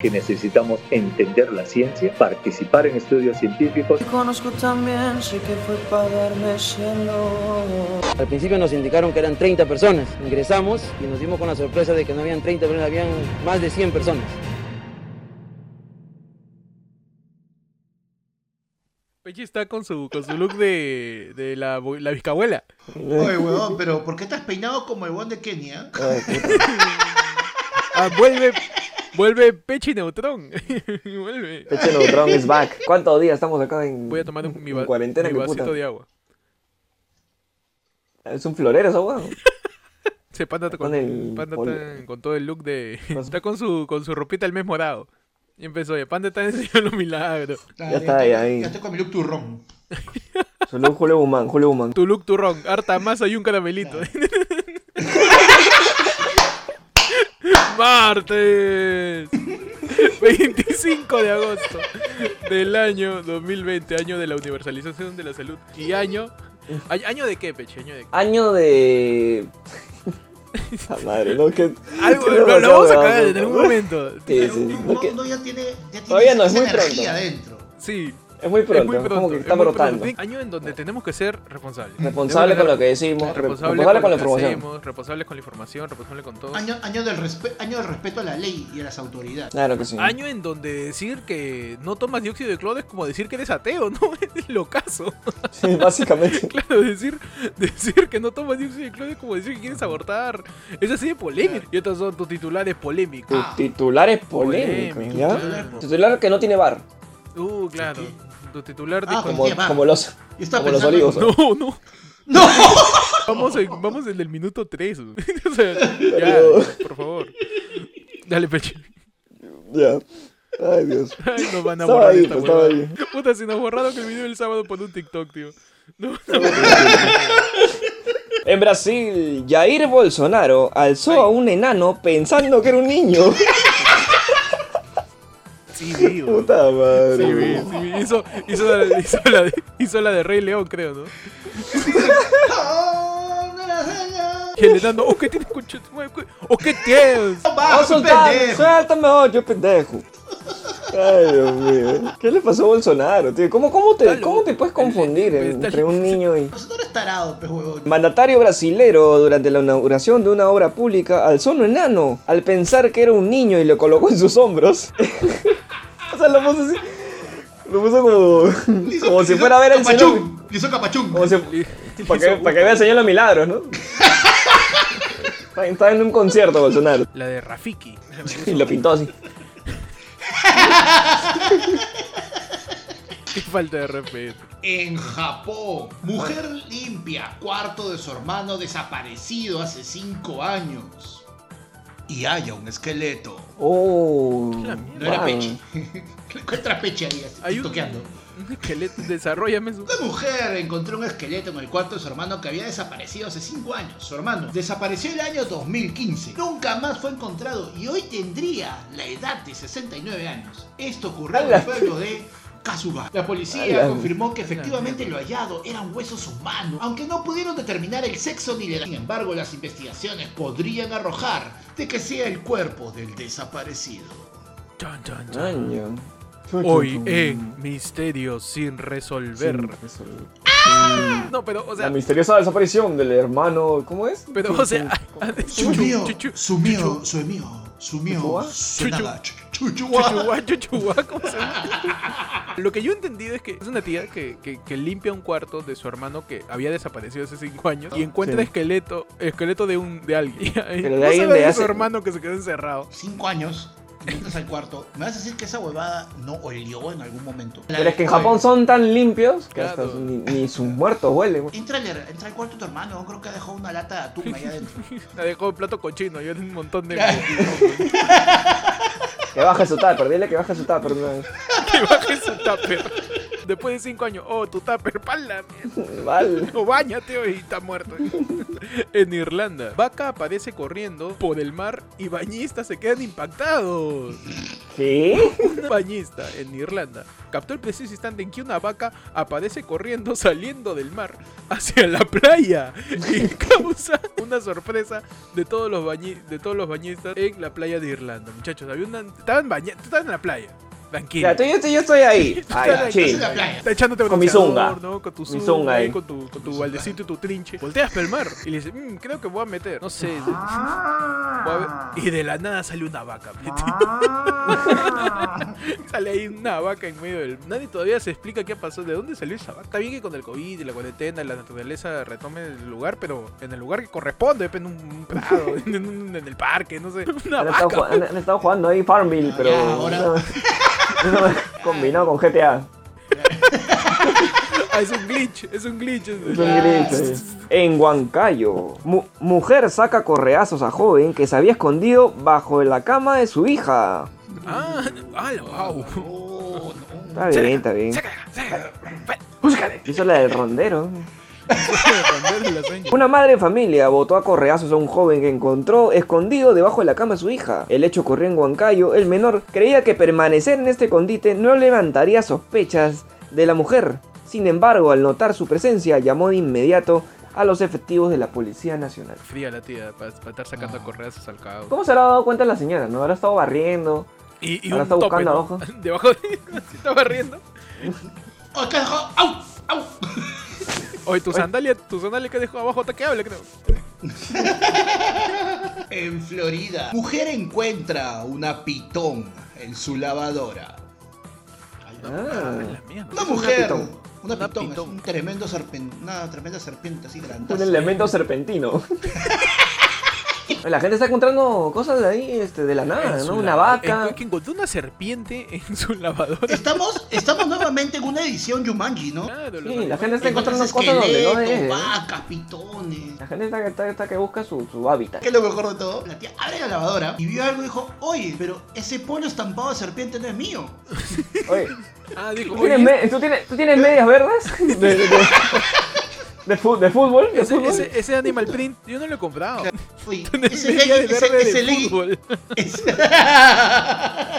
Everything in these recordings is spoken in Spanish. que necesitamos entender la ciencia, participar en estudios científicos. Conozco también, sé que fue pagarme cielo. Al principio nos indicaron que eran 30 personas. Ingresamos y nos dimos con la sorpresa de que no habían 30 personas, habían más de 100 personas. Pechi está con su, con su look de, de la, bo- la bizcabuela. Oye, huevón, pero ¿por qué estás peinado como el huevón de Kenia? Ah, vuelve, vuelve Pechi Neutrón. vuelve. Peche Neutron is back. ¿Cuántos días estamos acá en, Voy a tomar un, mi, va- en cuarentena? mi mi vasito puta? de agua. Es un florero esa hueá. Se panda con, con el panda pol- está con todo el look de... Con su- Está con su, con su ropita el mes morado. Y empezó, ya Panda está enseñando los milagros. Ya está, ya ahí. Ya estoy con mi look turrón. Solo Julio Guzmán, Julio Guzmán. Tu look, tu ron, harta masa y un caramelito. Martes 25 de agosto del año 2020, año de la universalización de la salud. Y año. ay- ¿Año de qué, Peche? ¿Año de qué? Año de. Esa madre, no, que. Algo, que lo, lo demasiado vamos a bravo, cagar en ¿no? algún momento. Sí, Pero sí. un no, que- mundo ya tiene, ya tiene Todavía no, es esa muy pronto. energía adentro. Sí, Es muy pronto, es muy es pronto. como que es está muy pronto. brotando. Año en donde tenemos que ser responsables. Responsable con lo que decimos, re- Responsable, responsable con la información. hacemos, responsables con la información, responsable con todo. Año, año, del respe- año del respeto a la ley y a las autoridades. Claro que sí. Año en donde decir que no tomas dióxido de cloro es como decir que eres ateo, ¿no? Es lo caso. Sí, básicamente. Claro, decir, decir que no tomas dióxido de cloro es como decir que quieres abortar. Es así de polémico. Y estos son tus titulares polémicos. Tu titular es polémico, Ah. Polémico, ¿ya? claro. Titular que no tiene bar, Uh, claro. Tu titular Ah, dijo- como, tiene bar. como los. Yo estaba Como los pensando olivos. No, no. ¡No! Vamos en, vamos en el minuto 3. O sea, Pero- ya, por favor. Dale, pecho. Ya. Ay, Dios. Ay, nos van a Estaba borrar ahí, esta pues, estaba huevada. ahí. Puta, si nos borraron el video del sábado por un TikTok, tío. No, En Brasil, Jair Bolsonaro alzó a un enano pensando que era un niño. Sí, tío. Puta madre. Sí, vi, sí, vi. Hizo, hizo, la, hizo, la de, hizo la de Rey León, creo, ¿no? ¡No, no la hagas! Y el enano, oh, ¿qué tienes, concha de tu madre? Oh, ¿qué tienes? ¡No, ¡Oh, bajo, soltame! pendejo! ¡Suéltame, oh, yo pendejo! Ay, Dios mío. ¿Qué le pasó a Bolsonaro, tío? ¿Cómo, cómo, te, Está cómo te puedes loco. confundir Está- entre un niño y...? Eso no eres tarado, pe pues, huevón. El mandatario brasilero, durante la inauguración de una obra pública, alzó un enano al pensar que era un niño y lo colocó en sus hombros. o sea, lo puso así... Lo puso como... Hizo- Como si hizo fuera a ver el señor... capachún. Hizo capachún. Como si... Para que, para que vea el señor los milagros, ¿no? Está- Está en un concierto, Bolsonaro. La de Rafiki. Y lo pintó así. Qué falta de respeto. En Japón, mujer limpia cuarto de su hermano desaparecido hace 5 años. Y haya un esqueleto. Oh. No era man. Peche. ¿Qué encuentras Peche ahí, así, Hay un- toqueando? Un esqueleto, desarrollame eso. Una mujer encontró un esqueleto en el cuarto de su hermano que había desaparecido hace 5 años. Su hermano desapareció el año 2015. Nunca más fue encontrado y hoy tendría la edad de 69 años. Esto ocurrió en ¡Hala! el pueblo de Kasuga. La policía ¡Hala! confirmó que efectivamente lo hallado eran huesos humanos, aunque no pudieron determinar el sexo ni la edad. Sin embargo, las investigaciones podrían arrojar de que sea el cuerpo del desaparecido. Chan, chan, chan. Año. Hoy en Misterios sin resolver. No, pero, o La sea. misteriosa desaparición del hermano. ¿cómo es? Pero, o sea. Sumió, chuchu, sumió, sumió, sumió, ¿Chuchuá? sunaga, chu- chuchuá. Chuchuá, chuchuá, ¿cómo se llama? Lo que yo he entendido es que es una tía que, que- que limpia un cuarto de su hermano que había desaparecido hace cinco años y encuentra Sí. esqueleto, esqueleto de un de alguien. de no alguien sabe de de su hace- hermano que se quedó encerrado. Cinco años, te entras al cuarto. ¿Me vas a decir que esa huevada no olió en algún momento? Pero es que en Japón son tan limpios que hasta Claro. su- ni, ni sus muertos huelen. güey. Entra, al- entra al cuarto de tu hermano, creo que dejó una lata de atún ahí adentro. La dejó en plato cochino, yo un montón de Que baje su tupper, dile que baje su tupper una vez. que baje su tupper. Después de cinco años, oh, tu tupper, pala, Mal. no bañate hoy, está muerto. en Irlanda, vaca aparece corriendo por el mar y bañistas se quedan impactados. ¿Qué? Un bañista en Irlanda captó el preciso instante en que una vaca aparece corriendo saliendo del mar hacia la playa y causa una sorpresa de todos los, bañi- de todos los bañistas en la playa de Irlanda. Muchachos, había una- estaban, baña- estaban en la playa. Tranquilo. Ya, tú, yo, tú- yo estoy ahí. Ahí, Estás chill. en la playa. Está echándote Con mi bronceador, zunga. ¿no? Con tu Mi zunga, zunga ahí, ahí. con tu, con tu baldecito y tu trinche. Volteas para el mar y le dices, "Mm, creo que voy a meter. No sé. voy a ver". Y de la nada sale una vaca. Ah. sale ahí una vaca en medio del. Nadie todavía se explica qué pasó. ¿De dónde salió esa vaca? Está bien que con el COVID y la cuarentena, la naturaleza retome el lugar, pero en el lugar que corresponde, en un, un prado, en, un- en el parque, no sé. Ah, Una Han estado, vaca. ju- han- han estado jugando ahí Farmville, pero. Ya, ahora. combinado con GTA. Ah, es un glitch, es un glitch. es- Es un grito. En Huancayo, mu- mujer saca correazos a joven que se había escondido bajo la cama de su hija. Ah, ah, wow. Oh, no. Está bien, está bien. Eso es la del rondero. Una madre de familia votó a correazos a un joven que encontró escondido debajo de la cama de su hija. El hecho ocurrió en Huancayo. El menor creía que permanecer en este condite no levantaría sospechas de la mujer. Sin embargo, al notar su presencia, llamó de inmediato a los efectivos de la Policía Nacional. Fría la tía para estar sacando correazos al cabo. ¿Cómo se habrá dado cuenta la señora? ¿No habrá estado barriendo? Y, y Ahora un está tope, buscando ¿no? abajo. Debajo de... Se estaba riendo. Oh, acá dejó. ¡Au! ¡Au! Oye, tu sandalia, tu sandalia que dejó abajo está que habla, creo. En Florida, mujer encuentra una pitón en su lavadora. Ahí va. Ah, La mierda. Una mujer. una pitón. Una Una pitón, es pitón. un tremendo serpente, una tremenda serpiente así grande. un elemento serpentino. La gente está encontrando cosas de ahí este, de la nada, En ¿no? su Una lava- vaca. en- Que encontró una serpiente en su lavadora. Estamos, estamos nuevamente en una edición Jumanji, ¿no? Claro, lo- Sí, la gente está Encuentras encontrando cosas donde no esqueletos, es. vacas, pitones. La gente está, está- está que busca su, su hábitat. ¿Qué es lo mejor de todo? La tía abre la lavadora y vio algo y dijo, oye, pero ese polo estampado de serpiente no es mío. Oye, Ah, dijo, ¿tú oye, tienes, me- ¿tú tienes- tú tienes medias verdes? De, de- de- de fu- de fútbol? ¿De ese, fútbol? ese, ese animal print yo no lo he comprado. Oye, ese Envidia de legging, ese, verde ese de legging- fútbol. ese-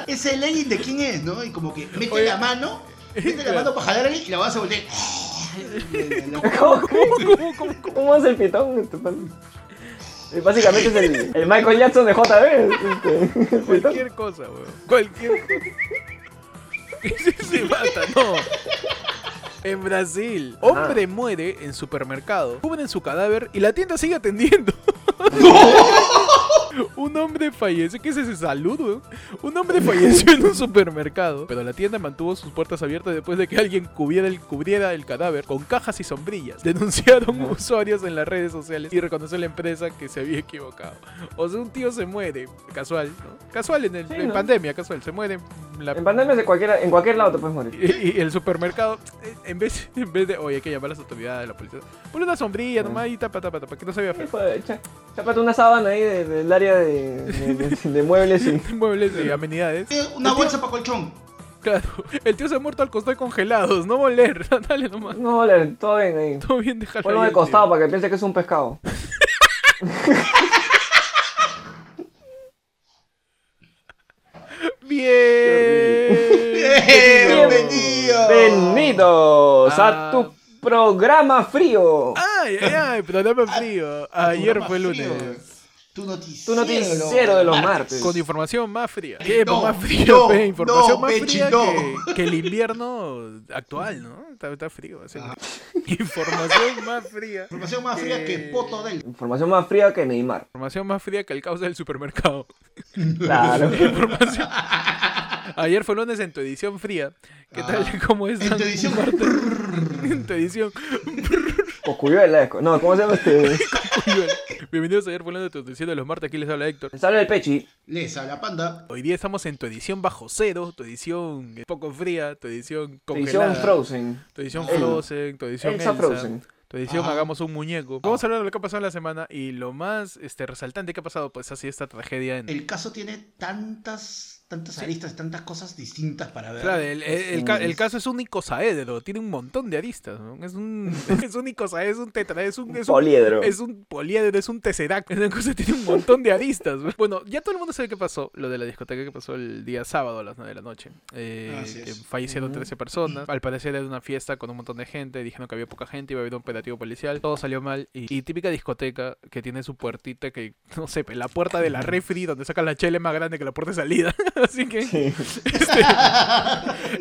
ese legging de quién es, ¿no? Y como que mete Oye. la mano, mete la mano para jalarle y la vas a voltear. ¿Cómo, ¿Cómo, cómo, cómo? cómo es el pitón? Este pan? Y Básicamente es el, el Michael Jackson de JB. este, el pitón. Cualquier cosa, weón. Cualquier Ese se mata, no. En Brasil, Ah. hombre muere en supermercado, cubren su cadáver y la tienda sigue atendiendo. Un hombre falleció, ¿qué es ese salud, weón? Un hombre falleció en un supermercado, pero la tienda mantuvo sus puertas abiertas después de que alguien cubriera el, cubriera el cadáver con cajas y sombrillas. Denunciaron usuarios en las redes sociales y reconoció la empresa que se había equivocado. O sea, un tío se muere, casual, ¿no? Casual en, el, Sí, en ¿no? pandemia, casual, se muere. La, En pandemia, de cualquiera, en cualquier lado te puedes morir. y, y el supermercado, eh, en vez, en vez de, oye, hay que llamar a las autoridades, a la policía, pon una Mm. sombrilla nomás y tapa, tapa, tapa, que no se vea feo. Cha- Chápate una sábana ahí de- del área de, de- de- de muebles y. Muebles y amenidades. Una bolsa para colchón. Claro, el tío se ha muerto al costado de congelados, no moler, dale nomás. No, le- todo bien ahí. Todo bien, déjalo Ponlo ahí, de tío. costado para que piense que es un pescado. Bien. Bienvenido. Bienvenidos Ah. a tu programa frío. Ay, ay, ay, programa frío. Ayer fue lunes. Tu noticiero. Tu noticiero de los martes. Ah, Con información más fría. ¿Qué No, más fría? no, pe, información no, más Pechi, fría no. que, que el invierno actual, ¿no? Está, está frío. así. Ah. Información más fría. Información más fría que Poto del. Información más fría que Neymar. Información más fría que el caos del supermercado. Claro. Información. Ayer fue lunes en tu edición fría. ¿Qué tal? ¿Cómo es? Ah. En tu edición. en tu edición. Cocuyuela. es co- No, ¿cómo se llama este? Bienvenidos a ayer fue lunes en tu edición de los martes. Aquí les habla Héctor. Sale del pechi. Les habla Panda. Hoy día estamos en tu edición bajo cero, tu edición eh, poco fría, tu edición congelada. Edición Frozen. Tu edición El- Frozen, tu edición Elsa Elsa, Frozen. tu edición Ajá. Hagamos un muñeco. Vamos a hablar de lo que ha pasado en la semana y lo más este, resaltante que ha pasado pues ha sido esta tragedia en... El caso tiene tantas tantas aristas, tantas cosas distintas para ver. Claro, el, el- el ca- el caso es un icosaedro, tiene un montón de aristas. ¿no? Es un es un icosaedro, es un tetra, es un, es un- Poliedro. es un poliedro, es un tesseract. Esa cosa tiene un montón de aristas. ¿no? Bueno, ya todo el mundo sabe qué pasó, lo de la discoteca que pasó el día sábado a las 9 de la noche. Eh, Así que es. fallecieron 13 personas. Al parecer era una fiesta con un montón de gente. Dijeron que había poca gente, iba a haber un operativo policial. Todo salió mal. Y, y típica discoteca que tiene su puertita que, no sé, pe, la puerta de la refri donde sacan la chela es más grande que la puerta de salida. Así que... este,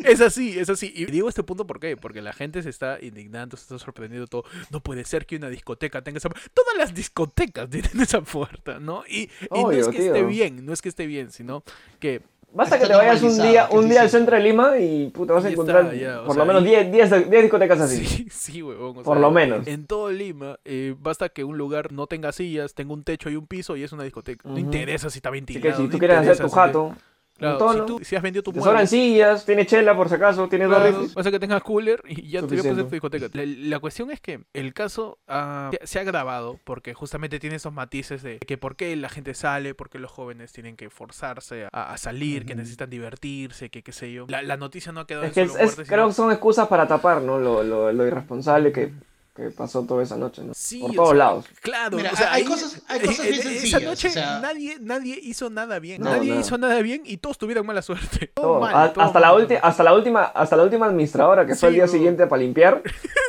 es así, es así. Y digo este punto por qué, porque la gente se está indignando, se está sorprendiendo todo. No puede ser que una discoteca tenga esa todas las discotecas tienen esa puerta, ¿no? Y, y no es Obvio, que esté tío. bien, no es que esté bien, sino que Basta que Está te vayas un normalizado, día, que un sí, día sí. al centro de Lima y puta, vas Ya a está, encontrar ya, o por sea, lo menos y- 10 10 10 discotecas así. sí, sí, huevón. o Por sea, lo menos. En todo Lima, eh, basta que un lugar no tenga sillas, tenga un techo y un piso y es una discoteca. No Ujú. interesa si está Así ventilado. que si no tú quieres hacer interesa tu si te- jato, Claro, un si, tono, tú, si has vendido tu te sobran mueble, sillas, tiene chela por si acaso, tiene dos Claro, rifles. o sea que tengas cooler y ya te voy a Suficiente. tu discoteca. La, la cuestión es que el caso ah, se- se ha agravado porque justamente tiene esos matices de que por qué la gente sale, por qué los jóvenes tienen que forzarse a, a salir, que necesitan divertirse, que qué sé yo. La, la noticia no ha quedado Es que en es- solo es- muertes, creo sino- que son excusas para tapar, ¿no? Lo, lo, lo irresponsable que, que pasó toda esa noche, ¿no? Sí, por o todos sea, lados. Claro, Mira, o sea, hay ahí- cosas- hay cosas bien eh, eh, sencillas, Esa noche o sea- nadie, nadie hizo nada bien. No, nadie no. hizo nada bien y todos tuvieron mala suerte. Todo Todo. mal, A- todo hasta, la mal. ulti- hasta la última, hasta la última administradora que Sí, fue el día no. siguiente para limpiar,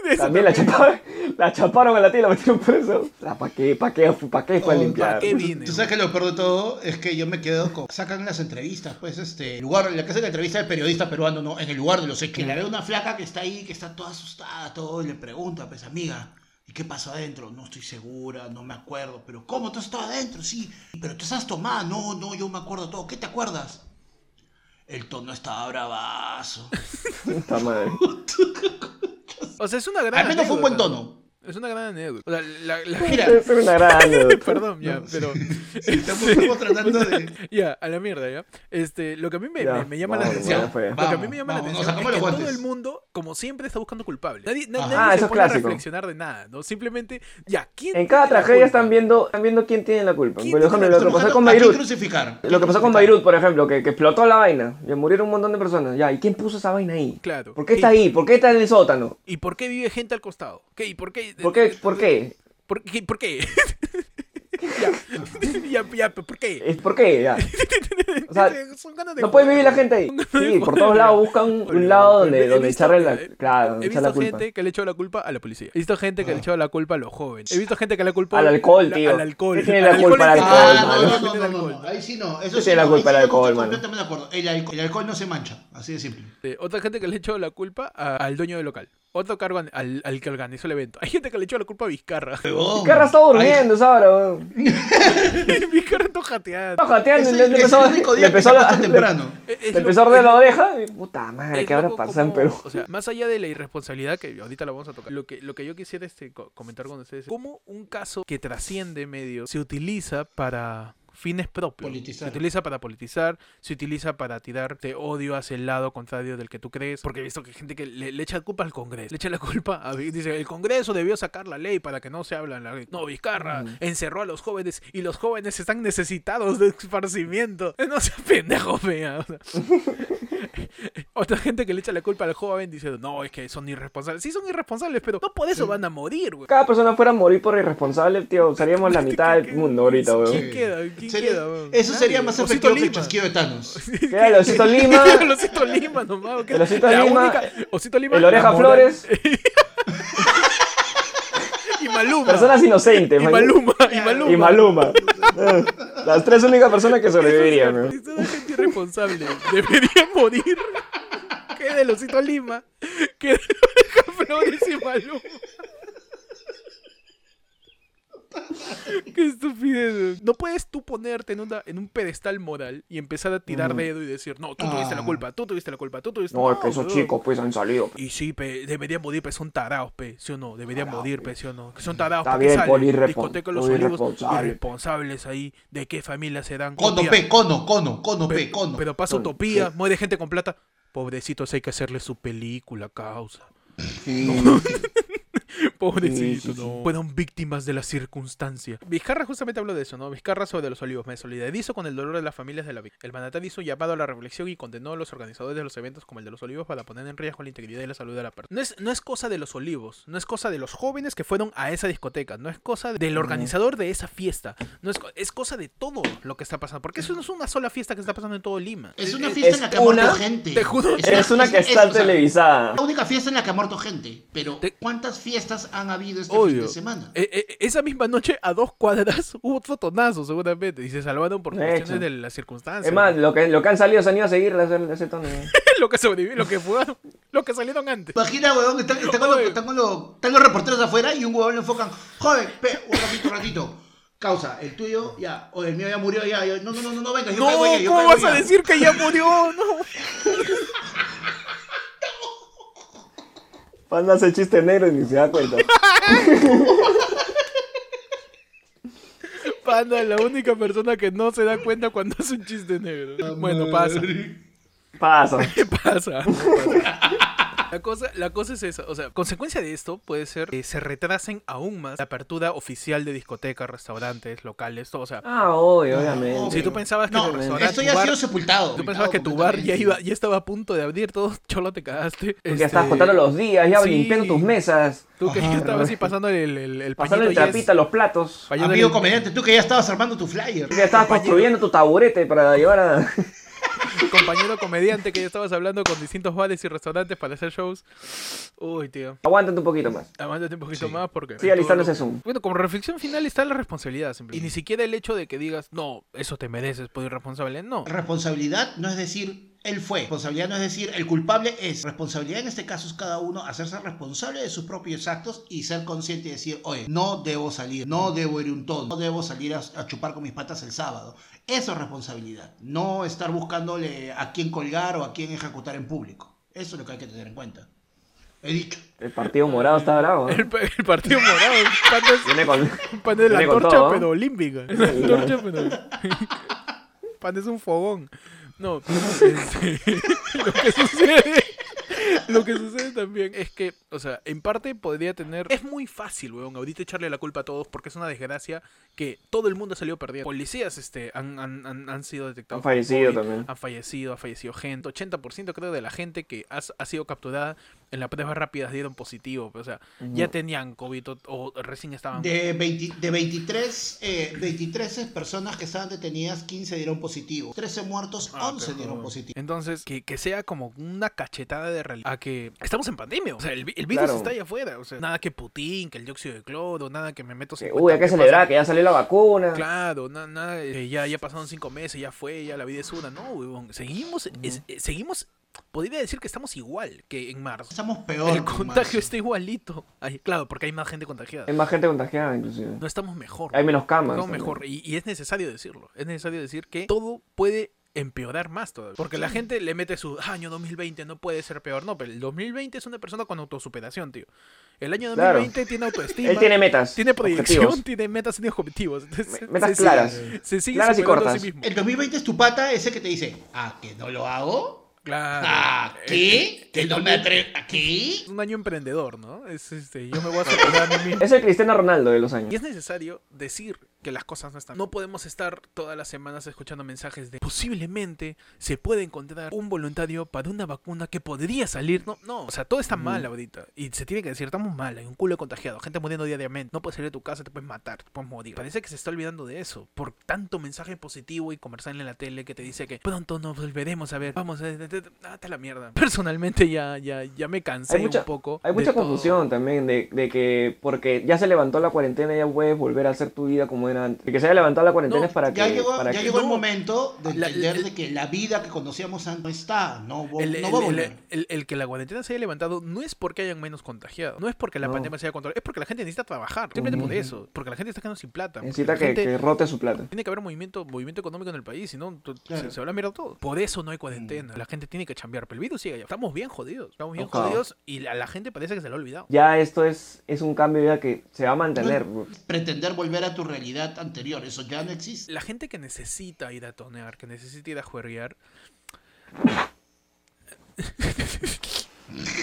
Eso también la chaparon, la chaparon a la tía y la metieron preso. ¿Para qué? ¿Para qué, pa' qué fue a Oh, limpiar? ¿pa' qué? vine, Tú sabes que lo peor de todo es que yo me quedo con. Sacan las entrevistas, pues, este. el Lugar, la que hacen la entrevista del periodista peruano, no, en el lugar de los hechos. Que la ve una flaca que está ahí, que está toda asustada, todo, y le pregunta, pues, amiga, ¿y qué pasó adentro? No estoy segura, no me acuerdo. Pero, ¿cómo? ¿Tú has estado adentro? Sí. Pero tú estás tomada. No, no, yo me acuerdo todo. ¿Qué te acuerdas? El tono estaba bravazo. Puta madre. O sea, es una gran Al menos fue un buen anécdota. tono. Es una gran anécdota. O sea, la- la- Mira, Es una gran anécdota. Perdón, ya, pero. sí, estamos como tratando de. Ya, a la mierda, ya. Este, lo que a mí me, Ya, me- me llama vamos, la atención. Ya, Bueno, fue. Lo que a mí me llama vamos, nos la atención es sacamos los que todo guantes. el mundo, como siempre, está buscando culpables. Nadie, na- Ajá. nadie Ah, se eso es pone a clásico. reflexionar de nada, ¿no? Simplemente, ya, ¿quién En cada tiene la tragedia culpa? están viendo, están viendo quién tiene la culpa. ¿Quién Por tiene ejemplo, la lo que Estamos pasó buscando con a quién Beirut. crucificar. Lo que pasó con Beirut, por ejemplo, que, que explotó la vaina. Y murieron un montón de personas. Ya, ¿y quién puso esa vaina ahí? Claro. ¿Por qué está ahí? ¿Por qué está en el sótano? ¿Y por qué vive gente al costado? ¿Qué? ¿Y por qué? ¿Por qué? ¿Por qué? ¿Por qué? ¿Por qué? ya, ya, ya, ¿por qué? Es- ¿Por qué? Ya. O sea, Son ganas de no puede joder. vivir la gente ahí. Sí, por todos lados buscan un Olvidado. lado donde, He donde visto- echarle la, he- claro, donde He echar visto la culpa. Ah. gente que le echó la culpa a la policía. He visto gente que le echó la culpa a los jóvenes. He visto gente que le culpa Al alcohol, la- tío. Al alcohol. ¿Qué tiene la culpa en el general. alcohol, Ah, mano? no, no, El no, no, alcohol. no, ahí sí no. Eso Tú sí tienes la no, culpa ahí del sí no, alcohol, mano. completamente de acuerdo. El alcohol, el alcohol no se mancha, así de simple. Eh, Otra gente que le echó la culpa a- al dueño del local. Otro cargo an- al, al que organizó el evento. Hay gente que le echó la culpa a Vizcarra. Huevón. ¿Qué está Ahí- durmiendo esa hora, weón? Vizcarra está jateando. Estaba jateando, Ese- le- ese le empezó- es el único día le que empezó se acuesta a temprano. Es- es le lo- empezó a es arder lo- la oreja. y, Puta madre, es ¿qué habrá loco pasado en cómo- Perú? O sea, más allá de la irresponsabilidad que ahorita la vamos a tocar, lo que, lo que yo quisiera este, co- comentar con ustedes es cómo un caso que trasciende medio se utiliza para fines propios. Politizar. Se utiliza para politizar, se utiliza para tirarte odio hacia el lado contrario del que tú crees. Porque he visto que hay gente que le, le echa la culpa al Congreso. Le echa la culpa a... Dice, el Congreso debió sacar la ley para que no se habla en la ley. No, Vizcarra encerró a los jóvenes y los jóvenes están necesitados de esparcimiento. No seas pendejo, fea. o sea. Otra gente que le echa la culpa al joven diciendo, no, es que son irresponsables. Sí, son irresponsables, pero no por eso van a morir, güey. Cada persona fuera a morir por irresponsable, tío, seríamos la mitad del mundo ahorita, weón. ¿Quién queda? ¿Quién Sería- queda, weón? Eso sería Nadie. más Osito efectivo que el Lima. chasquido de Thanos. Queda el Osito Lima, el Osito Lima nomás. ¿qué? El Osito La Lima, única- Osito Lima, el Oreja la moral- Flores. Y Maluma. personas inocentes, y man. Maluma. Y Maluma. Y Maluma. Las tres únicas personas que sobrevivirían, weón. Es una gente irresponsable. Debería morir. Queda el Osito Lima. Queda el Oreja Flores y Maluma. Qué estupidez. weón. No puedes tú ponerte en, una- en un pedestal moral y empezar a tirar dedo y decir, no, tú tuviste la Ah. culpa, tú tuviste la culpa, tú tuviste No, es que esos weón. chicos pues han salido. pe. Y sí, pe, deberían morir, pe, son tarados, pe, ¿sí o no? Deberían morir, pe, ¿sí o no? Que son tarados, Está pe, que bien, salen, por irrespon- discoteca Los por Olivos, irresponsable. irresponsables ahí, ¿de qué familia serán? Cono, Utopía, pe, cono, cono, cono, pe- pe, cono. Pero pasa utopía, muere gente con plata. Pobrecitos, hay que hacerle su película, causa. Sí. Pobrecito, Sí, sí, sí. no. Fueron víctimas de la circunstancia. Vizcarra justamente habló de eso, ¿no? Vizcarra sobre los olivos. Me solidarizo con el dolor de las familias de la víctima. El mandatario hizo un llamado a la reflexión y condenó a los organizadores de los eventos como el de los olivos para poner en riesgo la integridad y la salud de la persona. No es, no es cosa de los olivos, no es cosa de los jóvenes que fueron a esa discoteca, no es cosa del organizador de esa fiesta, no es, co- es cosa de todo lo que está pasando. Porque eso no es una sola fiesta que está pasando en todo Lima. Es una fiesta en la que ha muerto una- gente. te juro. Es una que está o sea, televisada. La única fiesta en la que ha muerto gente. Pero, Te- ¿cuántas fiestas han habido este fin Obvio. de semana? Eh, eh, esa misma noche, a dos cuadras, hubo fotonazos seguramente. Y se salvaron por De cuestiones hecho. de las circunstancias. Es más, lo que, lo que han salido se han ido a seguir la- la- ese tono. ¿eh? lo que sobrevivió, lo que fueron, lo que salieron antes. Imagina, weón, que están, están con los, Oye. están con los- están los reporteros afuera y un huevón le enfocan. Joven, pe, un ratito, un ratito. Causa, el tuyo, ya. O el mío ya murió, ya. ya. No, no, no, no, no, venga, yo No, caigo ya, yo ¿cómo caigo vas a ya". decir que ya murió? No. Panda hace chiste negro y ni se da cuenta. Panda, la única persona que no se da cuenta cuando hace un chiste negro. Bueno, pasa. Pasa. ¿Qué pasa? pasa. La cosa, la cosa es esa, o sea, consecuencia de esto puede ser que se retrasen aún más la apertura oficial de discotecas, restaurantes, locales, todo, o sea, Ah, obvio, obviamente. si tú pensabas que el No, restaurante, esto ya tu ha bar- sido sepultado. Tú pensabas que tu bar ya iba, ya estaba a punto de abrir todo, cholo te cagaste. Porque Este, estabas contando los días, ya sí. limpiando tus mesas, Tú que ya Ajá. estabas así pasando el, el, el pasando el pañito y es- trapito a los platos. pañito Amigo del- comediante, tú que ya estabas armando tu flyer. Ya estabas construyendo tu taburete para llevar a. compañero comediante que ya estabas hablando con distintos bares y restaurantes para hacer shows. Uy, tío. Aguántate un poquito más. Aguántate un poquito más porque. Sigue alistando ese Zoom. Bueno, como reflexión final está la responsabilidad siempre. Y ni siquiera el hecho de que digas, no, eso te mereces por irresponsable. No. Responsabilidad no es decir él fue. Responsabilidad no es decir el culpable es. Responsabilidad en este caso es cada uno hacerse responsable de sus propios actos y ser consciente y decir, oye, no debo salir, no debo ir a un tono, no debo salir a, a chupar con mis patas el sábado. Eso es responsabilidad. No estar buscándole a quién colgar o a quién ejecutar en público. Eso es lo que hay que tener en cuenta. He dicho. El partido morado está bravo. ¿eh? El, pa- el partido morado. Panda es- Viene con. Panda es la Viene con antorcha, todo. pero olímpica. La antorcha, pero. Panda es un fogón. No. este, lo que sucede. Lo que sucede también es que, o sea, en parte podría tener. Es muy fácil, weón, ahorita echarle la culpa a todos porque es una desgracia que todo el mundo salió perdiendo. Policías este, han, han- han- han sido detectados. Han fallecido por COVID, también. Han fallecido, ha fallecido gente. 80% creo de la gente que has- ha sido capturada en las pruebas rápidas dieron positivo. O sea, ya tenían COVID o, o recién estaban. De, 20 de 23, eh, 23 personas que estaban detenidas, 15 dieron positivo. 13 muertos, Ah, 11 pero- dieron positivo. Entonces, que, que sea como una cachetada de realidad. A que estamos en pandemia. O sea, el, vi- el virus Claro. está allá afuera. O sea, nada que Putin, que el dióxido de cloro, nada que me meto. 50, Uy, hay que ¿qué celebrar pasa? que ya salió la vacuna. Claro, na- nada, eh, ya, ya pasaron cinco meses, ya fue, ya la vida es una. No, huevón. Seguimos, es- eh, seguimos. Podría decir que estamos igual que en marzo. Estamos peor. El con contagio Marzo. está igualito. Ay, claro, porque hay más gente contagiada. Hay más gente contagiada, inclusive. No estamos mejor. Hay menos camas. Todo también. mejor. Y, y es necesario decirlo. Es necesario decir que todo puede empeorar más todavía. Porque la gente le mete su "Ah, año 2020, no puede ser peor. No, pero el 2020 es una persona con autosuperación, tío. El año Claro. 2020 tiene autoestima. Él tiene metas. tiene proyección, objetivos. tiene metas, tiene objetivos. Entonces, Me- metas sigue- claras. se sigue Claras y superando a cortas. sí mismo. El 2020 es tu pata ese que te dice, ah, que no lo hago. Claro. Ah, Eh, ¿qué? Que no me atrevo. ¿A qué? Es un año emprendedor, ¿no? Es este, yo me voy a superar a mí mismo. Es el Cristiano Ronaldo de los Y años. es necesario decir que las cosas no están. No podemos estar todas las semanas escuchando mensajes de posiblemente se puede encontrar un voluntario para una vacuna que podría salir. No, no, o sea, todo está mal ahorita. Y se tiene que decir, estamos mal, hay un culo de contagiado, gente muriendo diariamente. No puedes salir de tu casa, te puedes matar, te puedes morir. Parece que se está olvidando de eso. Por tanto mensaje positivo y comercial en la tele que te dice que pronto nos volveremos a ver. Vamos, eh, eh, eh, ah, está la mierda. Personalmente ya, ya, ya me cansé Hay mucha, un poco. hay de mucha todo. confusión también de, de que porque ya se levantó la cuarentena ya puedes volver a hacer tu vida como era antes. De que se haya levantado la cuarentena No, es para Ya que... llegó, para ya que- llegó el No. momento de La- entender la- de que la vida que conocíamos antes no está, no, vo- El, no el- va a el- volver. el- el que la cuarentena se haya levantado no es porque hayan menos contagiados, no es porque la No. pandemia se haya controlado, es porque la gente necesita trabajar, simplemente por eso, porque la gente está quedando sin plata. porque Necesita la que, gente- que rote su plata. Tiene que haber movimiento, movimiento económico en el país, si no, tú- Claro. Mm. se, se va a la mierda todo. Por eso no hay cuarentena. La gente tiene que chambear, pero el virus sigue allá. Estamos bien jodidos, estamos bien Ojalá. jodidos y a la gente parece que se lo ha olvidado. Ya esto es, es un cambio de vida que se va a mantener. No- pretender volver a tu realidad anterior, eso ya no existe. La gente que necesita ir a tonear, que necesita ir a juerguear.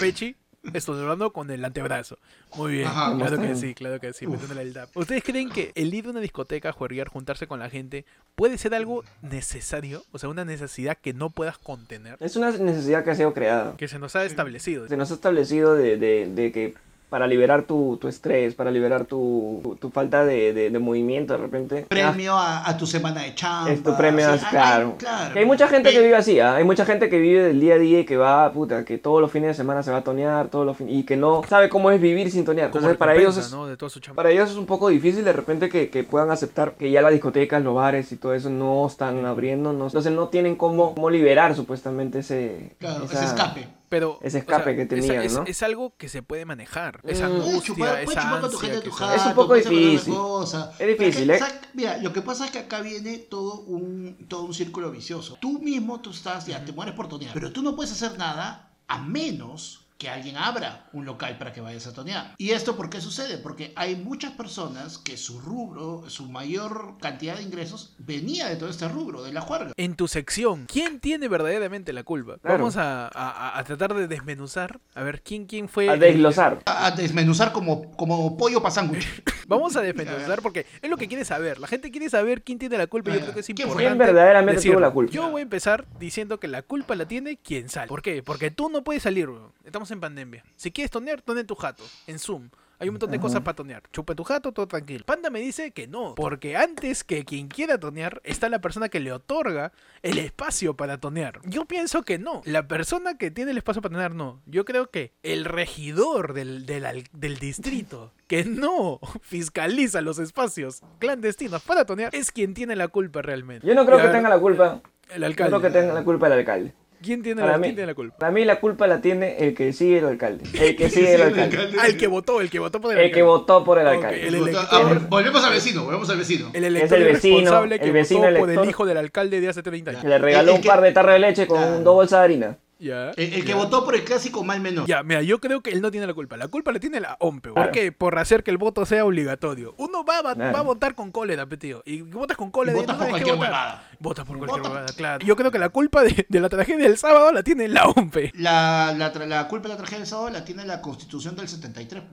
Pechi, estornudando con el antebrazo. Muy bien, Ajá, claro que bastante. sí, claro que sí, metiéndole el dab. ¿Ustedes creen que el ir a una discoteca, juerguear, juntarse con la gente, puede ser algo necesario? O sea, una necesidad que no puedas contener, Es una necesidad que ha sido creada. que se nos ha establecido. Se nos ha establecido de, de- de que para liberar tu, tu estrés, para liberar tu, tu- tu falta de, de- de movimiento de repente. Premio a, a tu semana de chamba. Ah, Es tu premio, o sea, es hay- claro. hay- claro. Que hay mucha gente que vive así, ¿ah? hay mucha gente que vive del día a día y que va, puta, que todos los fines de semana se va a tonear, todos los fin- y que no sabe cómo es vivir sin tonear. Como Entonces para ellos recompensa, es, ¿no? De toda su chamba. Para ellos es un poco difícil de repente que, que puedan aceptar que ya las discotecas, los bares y todo eso no están abriendo, no, entonces no tienen cómo, cómo liberar supuestamente ese, Claro, esa- ese escape. Pero, Ese escape que es- tenían, es, ¿no? es algo que se puede manejar. Esa Mm. Puedes angustia, chupar, puedes esa chupar con tu gente ansia. a tu que se- jato, Es un poco puedes hablar de difícil. cosas. Es difícil, Pero ¿eh? es que, sac- Mira, lo que pasa es que acá viene todo un, todo un círculo vicioso. Tú mismo, tú estás, ya, te mueres por tonear, pero tú no puedes hacer nada a menos que alguien abra un local para que vayas a tonear. ¿Y esto por qué sucede? Porque hay muchas personas que su rubro, su mayor cantidad de ingresos venía de todo este rubro, de la juerga. En tu sección, ¿quién tiene verdaderamente la culpa? Claro. Vamos a, a- a tratar de desmenuzar, a ver quién, quién fue. a el- desglosar. A a desmenuzar como, como pollo pa' sándwich. Vamos a desmenuzar porque es lo que quiere saber. La gente quiere saber quién tiene la culpa y yo Ah, creo que es ¿quién fue? importante. ¿Quién verdaderamente decirlo. tuvo la culpa? Yo voy a empezar diciendo que la culpa la tiene quien sale. ¿Por qué? Porque tú no puedes salir, weón. Estamos en pandemia. Si quieres tonear, tone en tu jato, en Zoom. Hay un montón de cosas para tonear. Chupa en tu jato, todo tranquilo. Panda me dice que no, porque antes que quien quiera tonear, está la persona que le otorga el espacio para tonear. Yo pienso que no. La persona que tiene el espacio para tonear, no. Yo creo que el regidor del, del, al- del distrito, que no fiscaliza los espacios clandestinos para tonear, es quien tiene la culpa realmente. Yo no creo Y a que ver, tenga la culpa. el Yo alcalde. creo que tenga la culpa el alcalde. ¿Quién tiene Para la, mí, quién tiene la culpa? para mí la culpa la tiene el que sigue el alcalde. El que sigue el alcalde. Ah, el que votó, el que votó por el El que alcalde. votó por el Ok, alcalde. el elector. Ahora, ah, volvemos al vecino, volvemos al vecino. El elector el vecino, irresponsable que el vecino votó por el elector. hijo del alcalde de hace 30 años. Que le regaló el un Eh, que- par de tarros de leche con Claro. dos bolsas de harina. Ya. El, el que ya. votó por el clásico mal menor. Ya, mira, yo creo que él no tiene la culpa. La culpa la tiene la OMPE. ¿Por Claro. qué? Por hacer que el voto sea obligatorio. Uno va a, va- Claro. va a votar con cólera, pe, tío. Y votas con cólera. Y votas no por sabes qué cualquier votar. huevada. Votas por cualquier Votas. huevada, claro. Yo creo que la culpa de, de la tragedia del sábado la tiene la OMPE. La, la, tra- la culpa de la tragedia del sábado la tiene la constitución del 73. pues.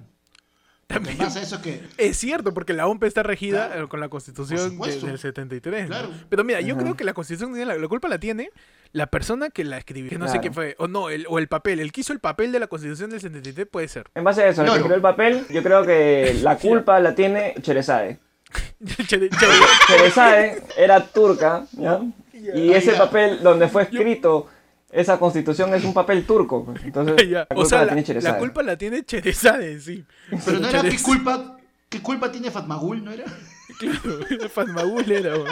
Lo que También. pasa eso es que Es cierto, porque la OMP está regida Claro. eh, con la Por constitución de- supuesto. del 73. ¿no? Claro. Pero mira, yo Ajá. creo que la constitución tiene la, la culpa la tiene la persona que la escribió. Que no sé Claro. quién fue. O no, el, o el papel. El que hizo el papel de la constitución del 73 puede ser. En base a eso, el que Loro. creó el papel, yo creo que la culpa la tiene Cherezade. Chere- chere- Cherezade era turca, ¿ya? Y ese Ya. papel donde fue escrito esa constitución es un papel turco. pues. Entonces, ya. la O culpa sea, la, la, tiene la Cherezade. culpa la tiene Cherezade, sí. pero no era qué Cherez- culpa qué culpa tiene Fatmagul, ¿no era? Claro, Fatmagul era, weón.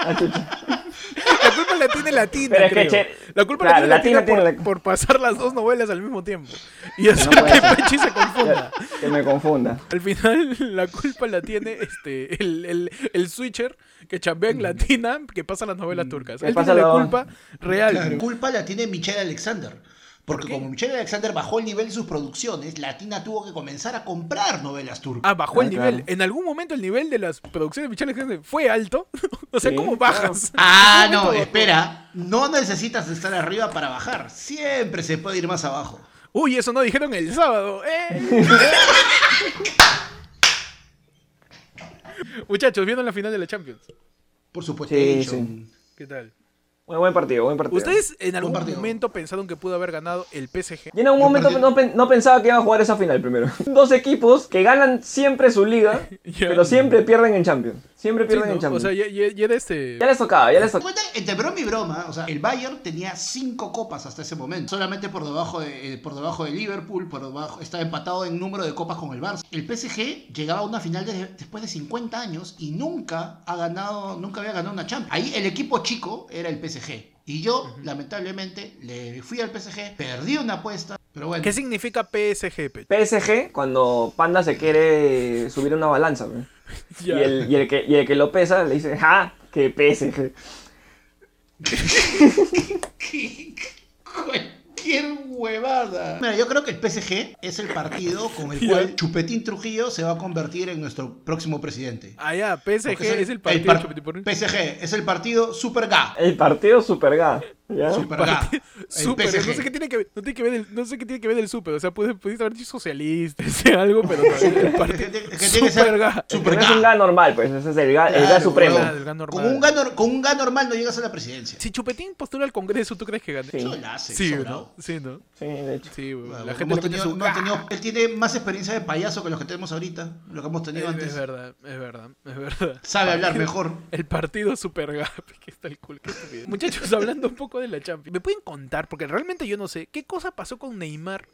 Ah, chucha. La culpa la tiene Latina, Pero es que creo. Che- La culpa claro, la tiene Latina, Latina tiene por, la- por pasar las dos novelas al mismo tiempo. Y hacer puede que ser. Pechi se confunda. que me confunda. Al final la culpa la tiene este el, el, el switcher que chambea en latina que pasa las novelas turcas. Mm, que Él pasa tiene la la- culpa real. La culpa la tiene Michelle Alexander. Porque como Michelle Alexander bajó el nivel de sus producciones, Latina tuvo que comenzar a comprar novelas turcas. Ah, bajó el Ah, nivel. claro. En algún momento el nivel de las producciones de Michelle Alexander fue alto. o sea, Sí, ¿cómo bajas? Ah, ¿En algún no, momento bajó? espera. No necesitas estar arriba para bajar. Siempre se puede ir más abajo. Uy, eso no dijeron el sábado. ¿eh? Muchachos, ¿vieron la final de la Champions? Por supuesto. Sí, Jason. ¿Qué tal? Muy buen partido, buen partido. ¿Ustedes en algún partido. momento pensaron que pudo haber ganado el PSG? Yo en algún Buen momento partido. no, pen- no pensaba que iban a jugar esa final primero. Dos equipos que ganan siempre su liga, Ya. pero siempre pierden en Champions. Siempre Sí, pierden ¿no? en O Champions. sea, ya, ya- ya era este... Ya les tocaba, ya les tocaba. Cuenta, entre broma y broma, o sea, el Bayern tenía cinco copas hasta ese momento, solamente por debajo de, eh, por debajo de Liverpool, por debajo, estaba empatado en número de copas con el Barça. El PSG llegaba a una final desde- después de 50 años y nunca ha ganado, nunca había ganado una Champions. Ahí el equipo chico era el PSG. Y yo, lamentablemente, le fui al PSG, perdí una apuesta, pero bueno. ¿Qué significa PSG, Pech? PSG cuando Panda se quiere subir a una balanza. güey. Y, Ya. el, y el que, y el que lo pesa le dice, ¡ja! ¡Qué PSG! Cualquier huevada. Mira, yo creo que el PSG es el partido con el Ya. cual Chupetín Trujillo se va a convertir en nuestro próximo presidente. Ah, ya, PSG Porque es el partido par- de Chupetín. PSG es el partido super ga. El partido super ga. ¿Ya? Superga. El Súper, PSG. no sé qué tiene que ver, no tiene que ver el, no sé qué tiene que ver el súper, o sea, pude- pudiste haber dicho socialista, ese algo, pero también el Es que partido tiene- es que tiene que ser Superga. Pero Superga. es un gas normal, pues. Ese es el gas, el gas Claro, supremo. huevón. el gas normal. Con un gas, nor- con un gas normal no llegas a la presidencia. Si Chupetín postula al Congreso, ¿tú crees que gane? Sí. Eso la hace. Sí, sobrado. ¿no? Sí, ¿no? Sí, de hecho. Sí, güey. Bueno, la hemos gente le mete tenido- su... ¡Ah! hemos tenido- él tiene más experiencia de payaso que los que tenemos ahorita, lo que hemos Es, tenido antes. es verdad, es verdad, es verdad. Sabe hablar mejor. El partido Supergap, que está el culo. qué estupidez. Muchachos, hablando un poco de la Champions, ¿me pueden contar? Porque realmente yo no sé, ¿qué cosa pasó con Neymar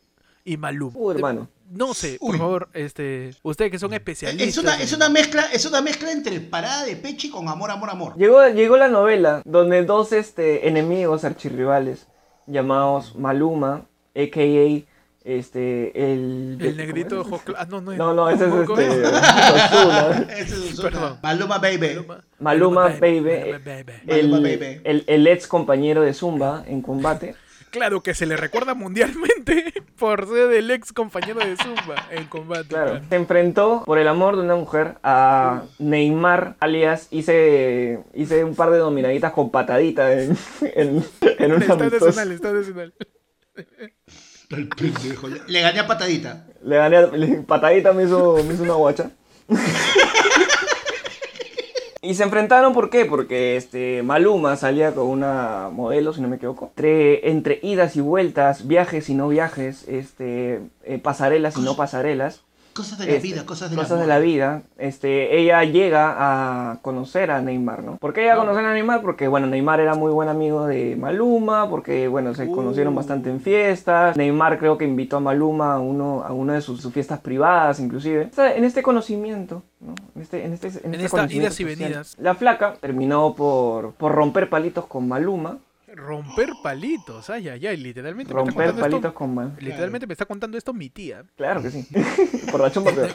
y Malú? Uh, hermano. No sé, por Uy. favor, este, ustedes que son especialistas. Eh, Es una, en- es una mezcla, es una mezcla entre parada de pechi con amor, amor, amor. Llegó, llegó la novela donde dos este, enemigos archirrivales llamados Maluma, a.k.a. Este, El el... ¿cómo negrito es? ojos cla- Ah, no, no es. No, no, ese es ¿Cómo este... es? Ozuna. Ese es un- Perdón. Maluma Baby. Maluma, eh, eh, Maluma, baby. Maluma, baby. Maluma, El, baby. el, el ex compañero de Zumba en combate. Claro que se le recuerda mundialmente por ser el ex compañero de Zumba en combate. Claro. Se enfrentó por el amor de una mujer a Neymar, alias hice, hice un par de dominaditas con patadita en, en, en un Está amistoso. nacional, está nacional. El pendejo. Le gané a patadita. Le gané, a- le- patadita me hizo, me hizo una guacha. Y se enfrentaron, ¿por qué? Porque este, Maluma salía con una modelo, si no me equivoco. Entre, entre idas y vueltas, viajes y no viajes, este, eh, pasarelas y no pasarelas. Cosas de la Este, vida, cosas de cosas la de la vida. Este, ella llega a conocer a Neymar, ¿no? ¿Por qué ella conocer a Neymar? Porque, bueno, Neymar era muy buen amigo de Maluma, porque, bueno, se conocieron bastante en fiestas. Neymar creo que invitó a Maluma a, uno, a una de sus, sus fiestas privadas, inclusive. Está En este conocimiento, ¿no? En, este, en, este, en, este esta conocimiento idas y social. venidas. La flaca terminó por, por romper palitos con Maluma. Romper palitos, ay, ay, ay, literalmente me Romper está contando palitos esto. con Maluma. Literalmente me está contando esto mi tía. Claro que sí. por la chumba, pero...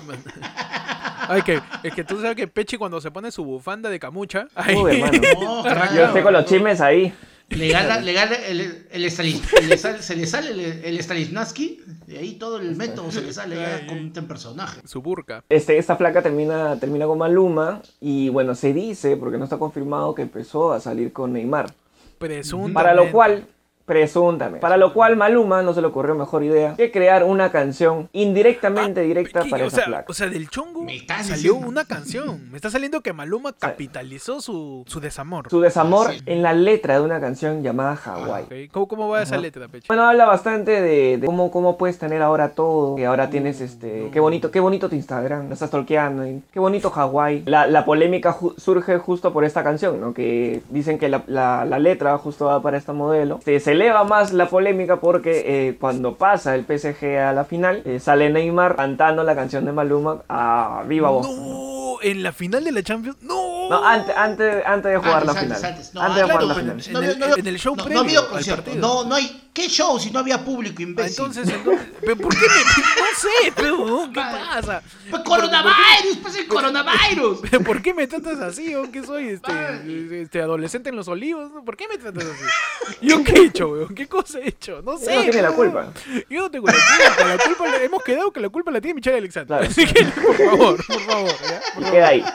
Ay, que, es que tú sabes que Pechi cuando se pone su bufanda de camucha. Ay, Uy, hermano. No, Yo claro. estoy con los chimes ahí. Le gana, le gana el, el Stalin- el Stal- se le sale el, el Stanislavski, y ahí todo el método se le sale ya con un personaje. su burka. Este, esta flaca termina, termina con Maluma y bueno, se dice, porque no está confirmado, que empezó a salir con Neymar. Presunto. Para lo cual, presuntamente, para lo cual Maluma no se le ocurrió mejor idea que crear una canción indirectamente directa para Ah, o esa sea, flaca. o sea, del chongo Me estás salió diciendo. una canción. Me está saliendo que Maluma capitalizó su, su desamor. Su desamor Sí. en la letra de una canción llamada Hawái. Ok, ¿Cómo, cómo va esa letra, Pechi? Bueno, habla bastante de, de cómo, cómo puedes tener ahora todo, que ahora Mm, tienes este, qué bonito, qué bonito tu Instagram, no estás torqueando, y qué bonito Hawái. La, la polémica ju- surge justo por esta canción, ¿no? Que dicen que la, la- la letra justo va para esta modelo. Este, se eleva más la polémica porque eh, cuando pasa el PSG a la final, eh, sale Neymar cantando la canción de Maluma a viva voz. No, en la final de la Champions. No. No, antes, antes, antes de jugar la Antes, final. antes, antes. No, antes de ah, jugar claro, la pero final. en no el- había- no había- en el show no- previo No había al concierto. partido. No, no hay. ¿Qué show si no había público, Ah, imbécil? Entonces, entonces, ¿pero ¿por qué me, no sé, pero, ¿qué Madre. pasa? Pues coronavirus, pues el coronavirus. ¿Pero ¿Por qué me tratas así? ¿O qué soy? Este, Madre. este adolescente en los olivos. ¿no? ¿Por qué me tratas así? ¿Yo qué he hecho, weón? ¿Qué cosa he hecho? No sé. no tiene la weón. culpa. Yo no tengo la culpa. La culpa la- hemos quedado que la culpa la tiene Michelle Alexander. Claro. Así que, por favor, por favor. ¿ya? Por Y favor. queda ahí.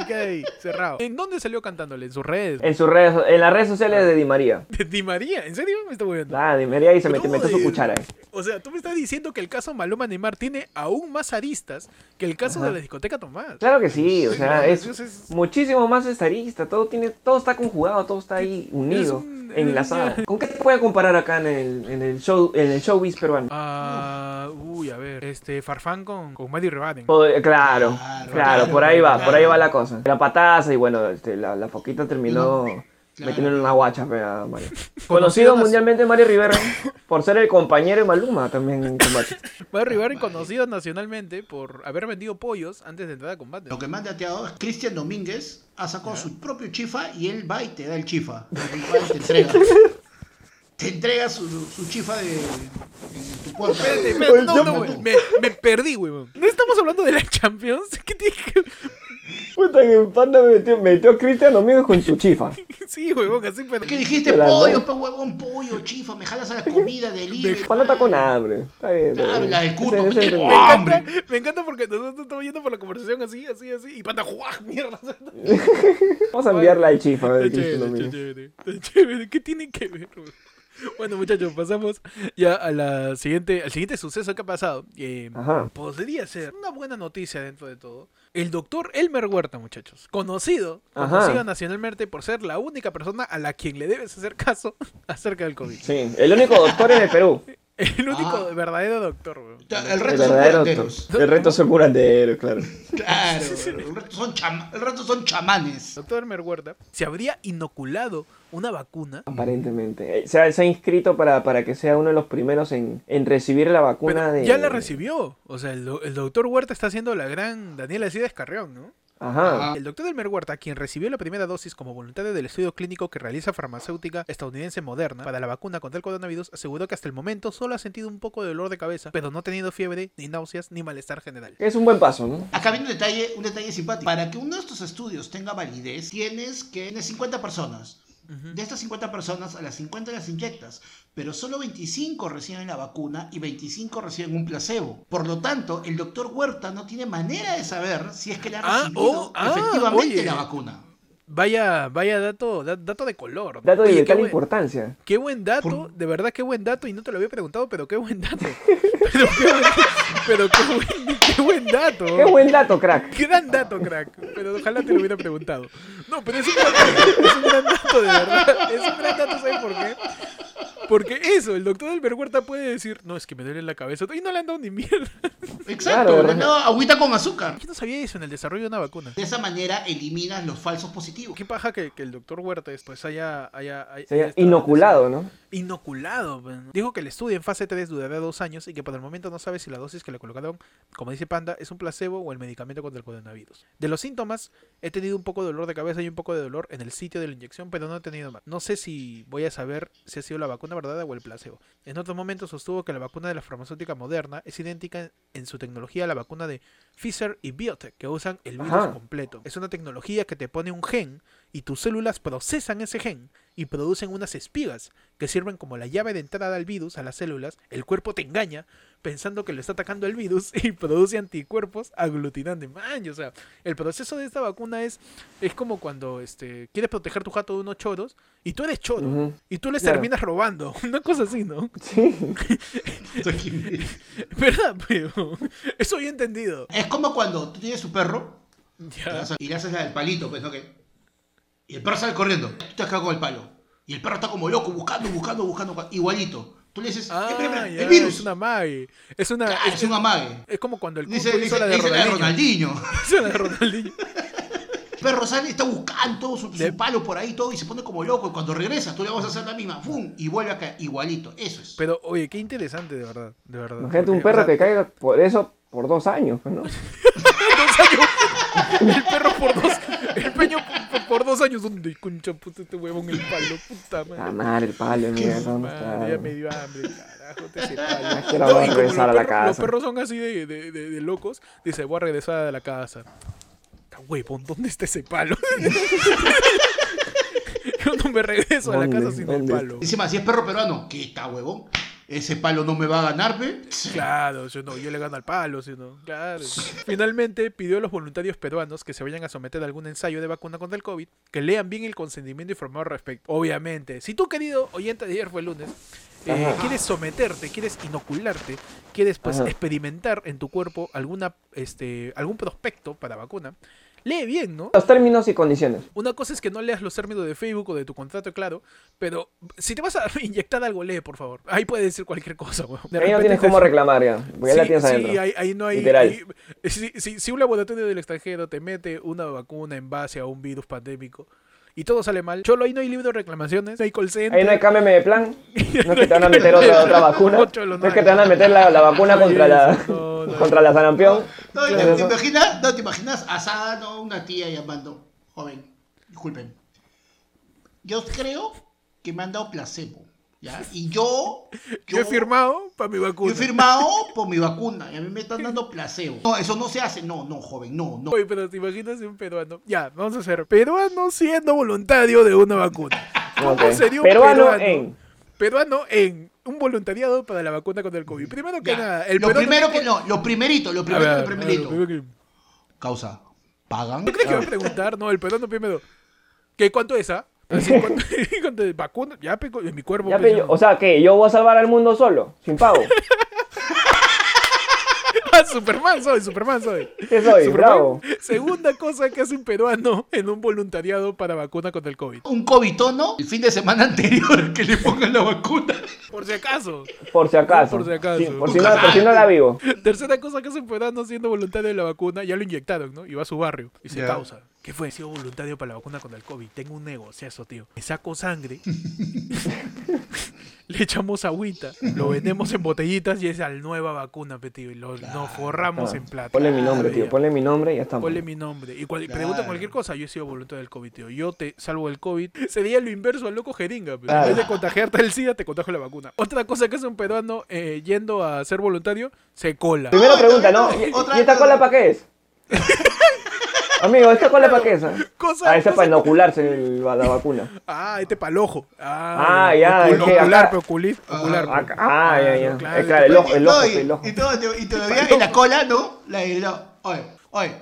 Y queda ahí, cerrado. ¿En dónde salió cantándole? ¿En sus redes? En sus redes, en las redes sociales de Di María. ¿De Di María? ¿En serio? Me está moviendo. Nada, Di María y se metió, metió su Brother. cuchara. eh. ahí. O sea, tú me estás diciendo que el caso Maloma Neymar tiene aún más aristas que el caso de la discoteca Tomás. Claro que sí, o Sí, sea, no, es Dios es- muchísimo más estadista, todo tiene, todo está conjugado, todo está ahí unido, un- enlazado. ¿Con qué te puede comparar acá en el, en el show, en el showbiz peruano? Ah, uy, a ver. Este, Farfán con, con Maddy Rebaden. Pod- eh, claro, Claro, claro, por ahí va, por ahí va claro. la cosa. La pataza y bueno, este, la, la foquita terminó claro. metiendo en una guacha pe, a Mario. Mm, Conocido mundialmente Mario Rivera por ser el compañero de Maluma también en combate. Maddy Rebaden conocido nacionalmente por haber vendido pollos antes de entrar a combate. Lo que más dateado es Cristian Domínguez ha sacado su propio chifa y él va y te da el chifa. Él va y te entrega. te entrega su, su chifa de, en tu puerta. Espérate, espérate, no, Yo- no, güey, me, me perdí, weón. No estamos hablando de la Champions. ¿Qué tiene que- Puta que el panda me metió, metió a Cristian Domínguez con su chifa. Sí, huevón, así pero. ¿Qué dijiste? Pero, Pollo, ¿no? pe huevón, pollo, chifa, me jalas a la comida, delivery. Panda está con hambre. Está bien, está bien. Habla de culo. Oh, Ese- ese es el- Me encanta, me encanta porque nosotros estamos yendo por la conversación así, así, así. Y panda, ¡guau! Mierda. Vamos a enviarla al chifa. a ver, Está Cristian chévere, está Domínguez. chévere, está chévere. ¿Qué tiene que ver, huevón? Bueno, muchachos, pasamos ya a la siguiente, al siguiente suceso que ha pasado. Eh, Ajá. Podría ser una buena noticia dentro de todo. El doctor Elmer Huerta, muchachos. Conocido, Ajá. conocido nacionalmente por ser la única persona a la quien le debes hacer caso acerca del COVID. Sí, el único doctor en el Perú. El único Ah. verdadero doctor, weón. El El resto son verdadero doctor. curanderos. El reto es el curandero, claro. Claro, el resto son, chama- el resto son chamanes. Doctor Elmer Huerta se habría inoculado una vacuna. Aparentemente. Eh, Se ha, se ha inscrito para, para que sea uno de los primeros en, en recibir la vacuna Pero de. ya la recibió. O sea, el, do- el doctor Huerta está haciendo la gran Daniela Cides Carrión, ¿no? Ajá. Ah. El doctor Elmer Huerta, quien recibió la primera dosis como voluntario del estudio clínico que realiza farmacéutica estadounidense Moderna para la vacuna contra el coronavirus, aseguró que hasta el momento solo ha sentido un poco de dolor de cabeza, pero no ha tenido fiebre, ni náuseas, ni malestar general. Es un buen paso, ¿no? Acá viene un detalle, un detalle simpático. Para que uno de estos estudios tenga validez, tienes que tener 50 personas. De estas 50 personas, a las 50 las inyectas, pero solo 25 reciben la vacuna y 25 reciben un placebo. Por lo tanto, el doctor Huerta no tiene manera de saber si es que le ha Ah, recibido oh, ah, efectivamente oye. la vacuna. Vaya, vaya dato, da- dato de color. Dato Oye, de qué vital buen- importancia. Qué buen dato, Por- de verdad qué buen dato, y no te lo había preguntado, pero qué buen dato. Pero qué buen, pero qué buen, qué buen dato. Qué buen dato, crack. Gran dato, crack. Pero ojalá te lo hubiera preguntado. No, pero es un gran dato, es un gran dato, de verdad. Es un gran dato, ¿sabes por qué? Porque eso, el doctor Albert Huerta puede decir, no, es que me duele la cabeza. Y no le han dado ni mierda. Exacto, Claro, le han dado agüita con azúcar. Yo no sabía eso en el desarrollo de una vacuna. De esa manera eliminas los falsos positivos. Qué paja que, que el doctor Huerta después haya, haya, haya- Se haya haya estado- inoculado, ¿no? Inoculado. man. Dijo que el estudio en fase 3 durará dos años y que por el momento no sabe si la dosis que le colocaron, como dice Panda, es un placebo o el medicamento contra el coronavirus. De los síntomas, he tenido un poco de dolor de cabeza y un poco de dolor en el sitio de la inyección, pero no he tenido más. No sé si voy a saber si ha sido la vacuna verdadera o el placebo. En otro momento sostuvo que la vacuna de la farmacéutica moderna es idéntica en- en su tecnología a la vacuna de Pfizer y Biotech, que usan el virus Ajá. completo. Es una tecnología que te pone un gen y tus células procesan ese gen y producen unas espigas que sirven como la llave de entrada al virus a las células. El cuerpo te engaña pensando que lo está atacando el virus y produce anticuerpos aglutinantes. Man, o sea, el proceso de esta vacuna es, es como cuando este, quieres proteger tu gato de unos choros y tú eres choro Ujú. y tú les Claro. terminas robando. Una cosa así, ¿no? Sí. ¿Verdad? Pero eso yo he entendido. Es como cuando tú tienes tu perro te Ya. das a- y le haces la del palito, pues, ¿no? Que... Y el perro sale corriendo, tú te has quedado con el palo. Y el perro está como loco, buscando, buscando, buscando, cua- igualito. Tú le dices, Ah, "Eh, espera, espera, ya, el virus. Es una mague. Es una. Ah, es Es, un amague. es como cuando el Kun Dice, hizo dice, la de dice la de Ronaldinho. Ronaldinho. Hizo la de Ronaldinho. El perro sale, está buscando su, su De- palo por ahí todo y se pone como loco. Y cuando regresa, tú le vas a hacer la misma, ¡fum! Y vuelve a caer, igualito. Eso es. Pero, oye, qué interesante, de verdad. De verdad. Imagínate Porque, un o perro sea, que caiga por eso por dos años, pues, ¿no? dos años. El perro por dos. El peño por, por dos años. ¿Dónde concha puta este huevón el palo? Puta Ah, madre. madre, el palo, mira, vamos, Madre, ya claro. me dio hambre, carajo, te ese palo. Ya quiero No, y como regresar a los la perros- Los casa. perros son así de, de- de- de locos. Dice, voy a regresar a la casa. Puta, Huevón, ¿dónde está ese palo? Yo no me regreso a la ¿Dónde? casa sin el ¿Dónde? palo. Encima, si es perro peruano, ¿qué está, huevón? Ese palo no me va a ganar, ¿ve? Claro, yo no, yo le gano al palo, si no. Claro. Finalmente pidió a los voluntarios peruanos que se vayan a someter a algún ensayo de vacuna contra el COVID, que lean bien el consentimiento informado al respecto. Obviamente, si tú, querido oyente de ayer fue el lunes, eh, Ajá. quieres someterte, quieres inocularte, quieres pues Ajá. experimentar en tu cuerpo alguna, este, algún prospecto para vacuna, lee bien, ¿no? Los términos y condiciones. Una cosa es que no leas los términos de Facebook o de tu contrato, claro, pero si te vas a inyectar algo, lee, por favor. Ahí puede decir cualquier cosa, weón. De Ahí no repente tienes te- cómo reclamar ya, porque ya la Sí, tienes sí, adentro. ahí, ahí no hay. Literal. ahí- si, si- si un laboratorio del extranjero te mete una vacuna en base a un virus pandémico y todo sale mal, cholo, ahí no hay libro de reclamaciones, no hay call center. Ahí no hay cambio de plan. No es que te van a meter otra, otra vacuna. No, cholo, no No es que hay. te van a meter la, la vacuna No hay contra la, eso, no, no hay contra la sarampión. No, ¿te- ¿te, Claro, eso. imaginas, no, ¿Te imaginas asada, no? Una tía llamando. Joven, disculpen. Yo creo que me han dado placebo. ¿ya? Y yo, Yo he firmado para mi yo vacuna. he firmado por mi vacuna y a mí me están dando placebo. No, eso no se hace. No, no, joven, no, no. Oye, pero te imaginas un peruano. Ya, vamos a hacer peruano siendo voluntario de una vacuna. ¿Cómo Ok. sería un Peruano peruano, en- peruano en un voluntariado para la vacuna contra el COVID? Primero que Ya. nada, el lo peruano primero tiene que no, lo primerito, lo A primero, ver, lo primerito. a ver, lo primero que- Causa, ¿pagan? ¿Tú crees Ah. que va a preguntar? No, el peruano primero. ¿Qué cuánto es, ah? Así, ¿cuánto, cuánto es? vacuna? Ya, pe, en mi cuerpo. Ya, pe, pe, yo- o sea, que yo voy a salvar al mundo solo, sin pago. Ah, Superman soy, Superman soy. ¿Qué soy? Superman. Bravo. Segunda cosa que hace un peruano en un voluntariado para vacuna contra el COVID. Un covitono el fin de semana anterior que le pongan la vacuna. Por si acaso. Por si acaso. Por si acaso. Sí, por, si no, por si no la vivo. Tercera cosa que hace un peruano siendo voluntario de la vacuna, ya lo inyectaron, ¿no? Y va a su barrio. Y se Ya. causa. ¿Qué fue? He sido voluntario para la vacuna contra el COVID. Tengo un negociazo, tío. Me saco sangre. Le echamos agüita, lo vendemos en botellitas y es la nueva vacuna, pe, tío. Y lo, nos forramos en plata. Ah. Ponle mi nombre, Ah, tío. ya. Ponle mi nombre y ya estamos. Ponle mi nombre. Y cual- Claro. pregunta cualquier cosa, yo he sido voluntario del COVID, tío. Yo te salvo del COVID. Sería lo inverso al loco jeringa. pero En Claro. vez Ah. de contagiarte el SIDA, te contagio la vacuna. Otra cosa que hace un peruano eh, yendo a ser voluntario, se cola. Primera pregunta, ¿no? Otra ¿Y, vez, y esta cola para qué es? Amigo, ¿esta cola para qué es? Cosa- Ah, esa es para cosa- inocularse el- la vacuna. Ah, este palojo. Ah, ya, es que Ocular, acá- pe, oculi- ocular, pe. Acá- ah, ya, ya. Es claro, este el ojo, el ojo, No, y, el ojo. Ah, y todo- y todavía en la cola, ¿no? La, la- oye, oye,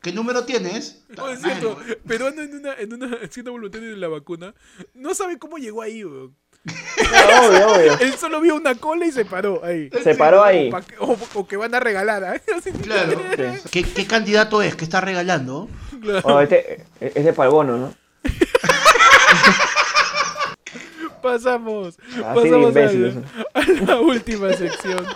¿qué número tienes? No, es cierto, peruano en una, en una, siendo voluntario de la vacuna, no sabe cómo llegó ahí, weón. Obvio, obvio. Él solo vio una cola y se paró ahí. Se paró ahí. Pa' que- O, o que van a regalar, ¿ah? Así- Claro. Sí. ¿Qué, qué candidato es? ¿Qué está regalando? claro. Oh, este, este es para el bono, ¿no? Pasamos. Así de pasamos a imbéciles. la, a la última sección.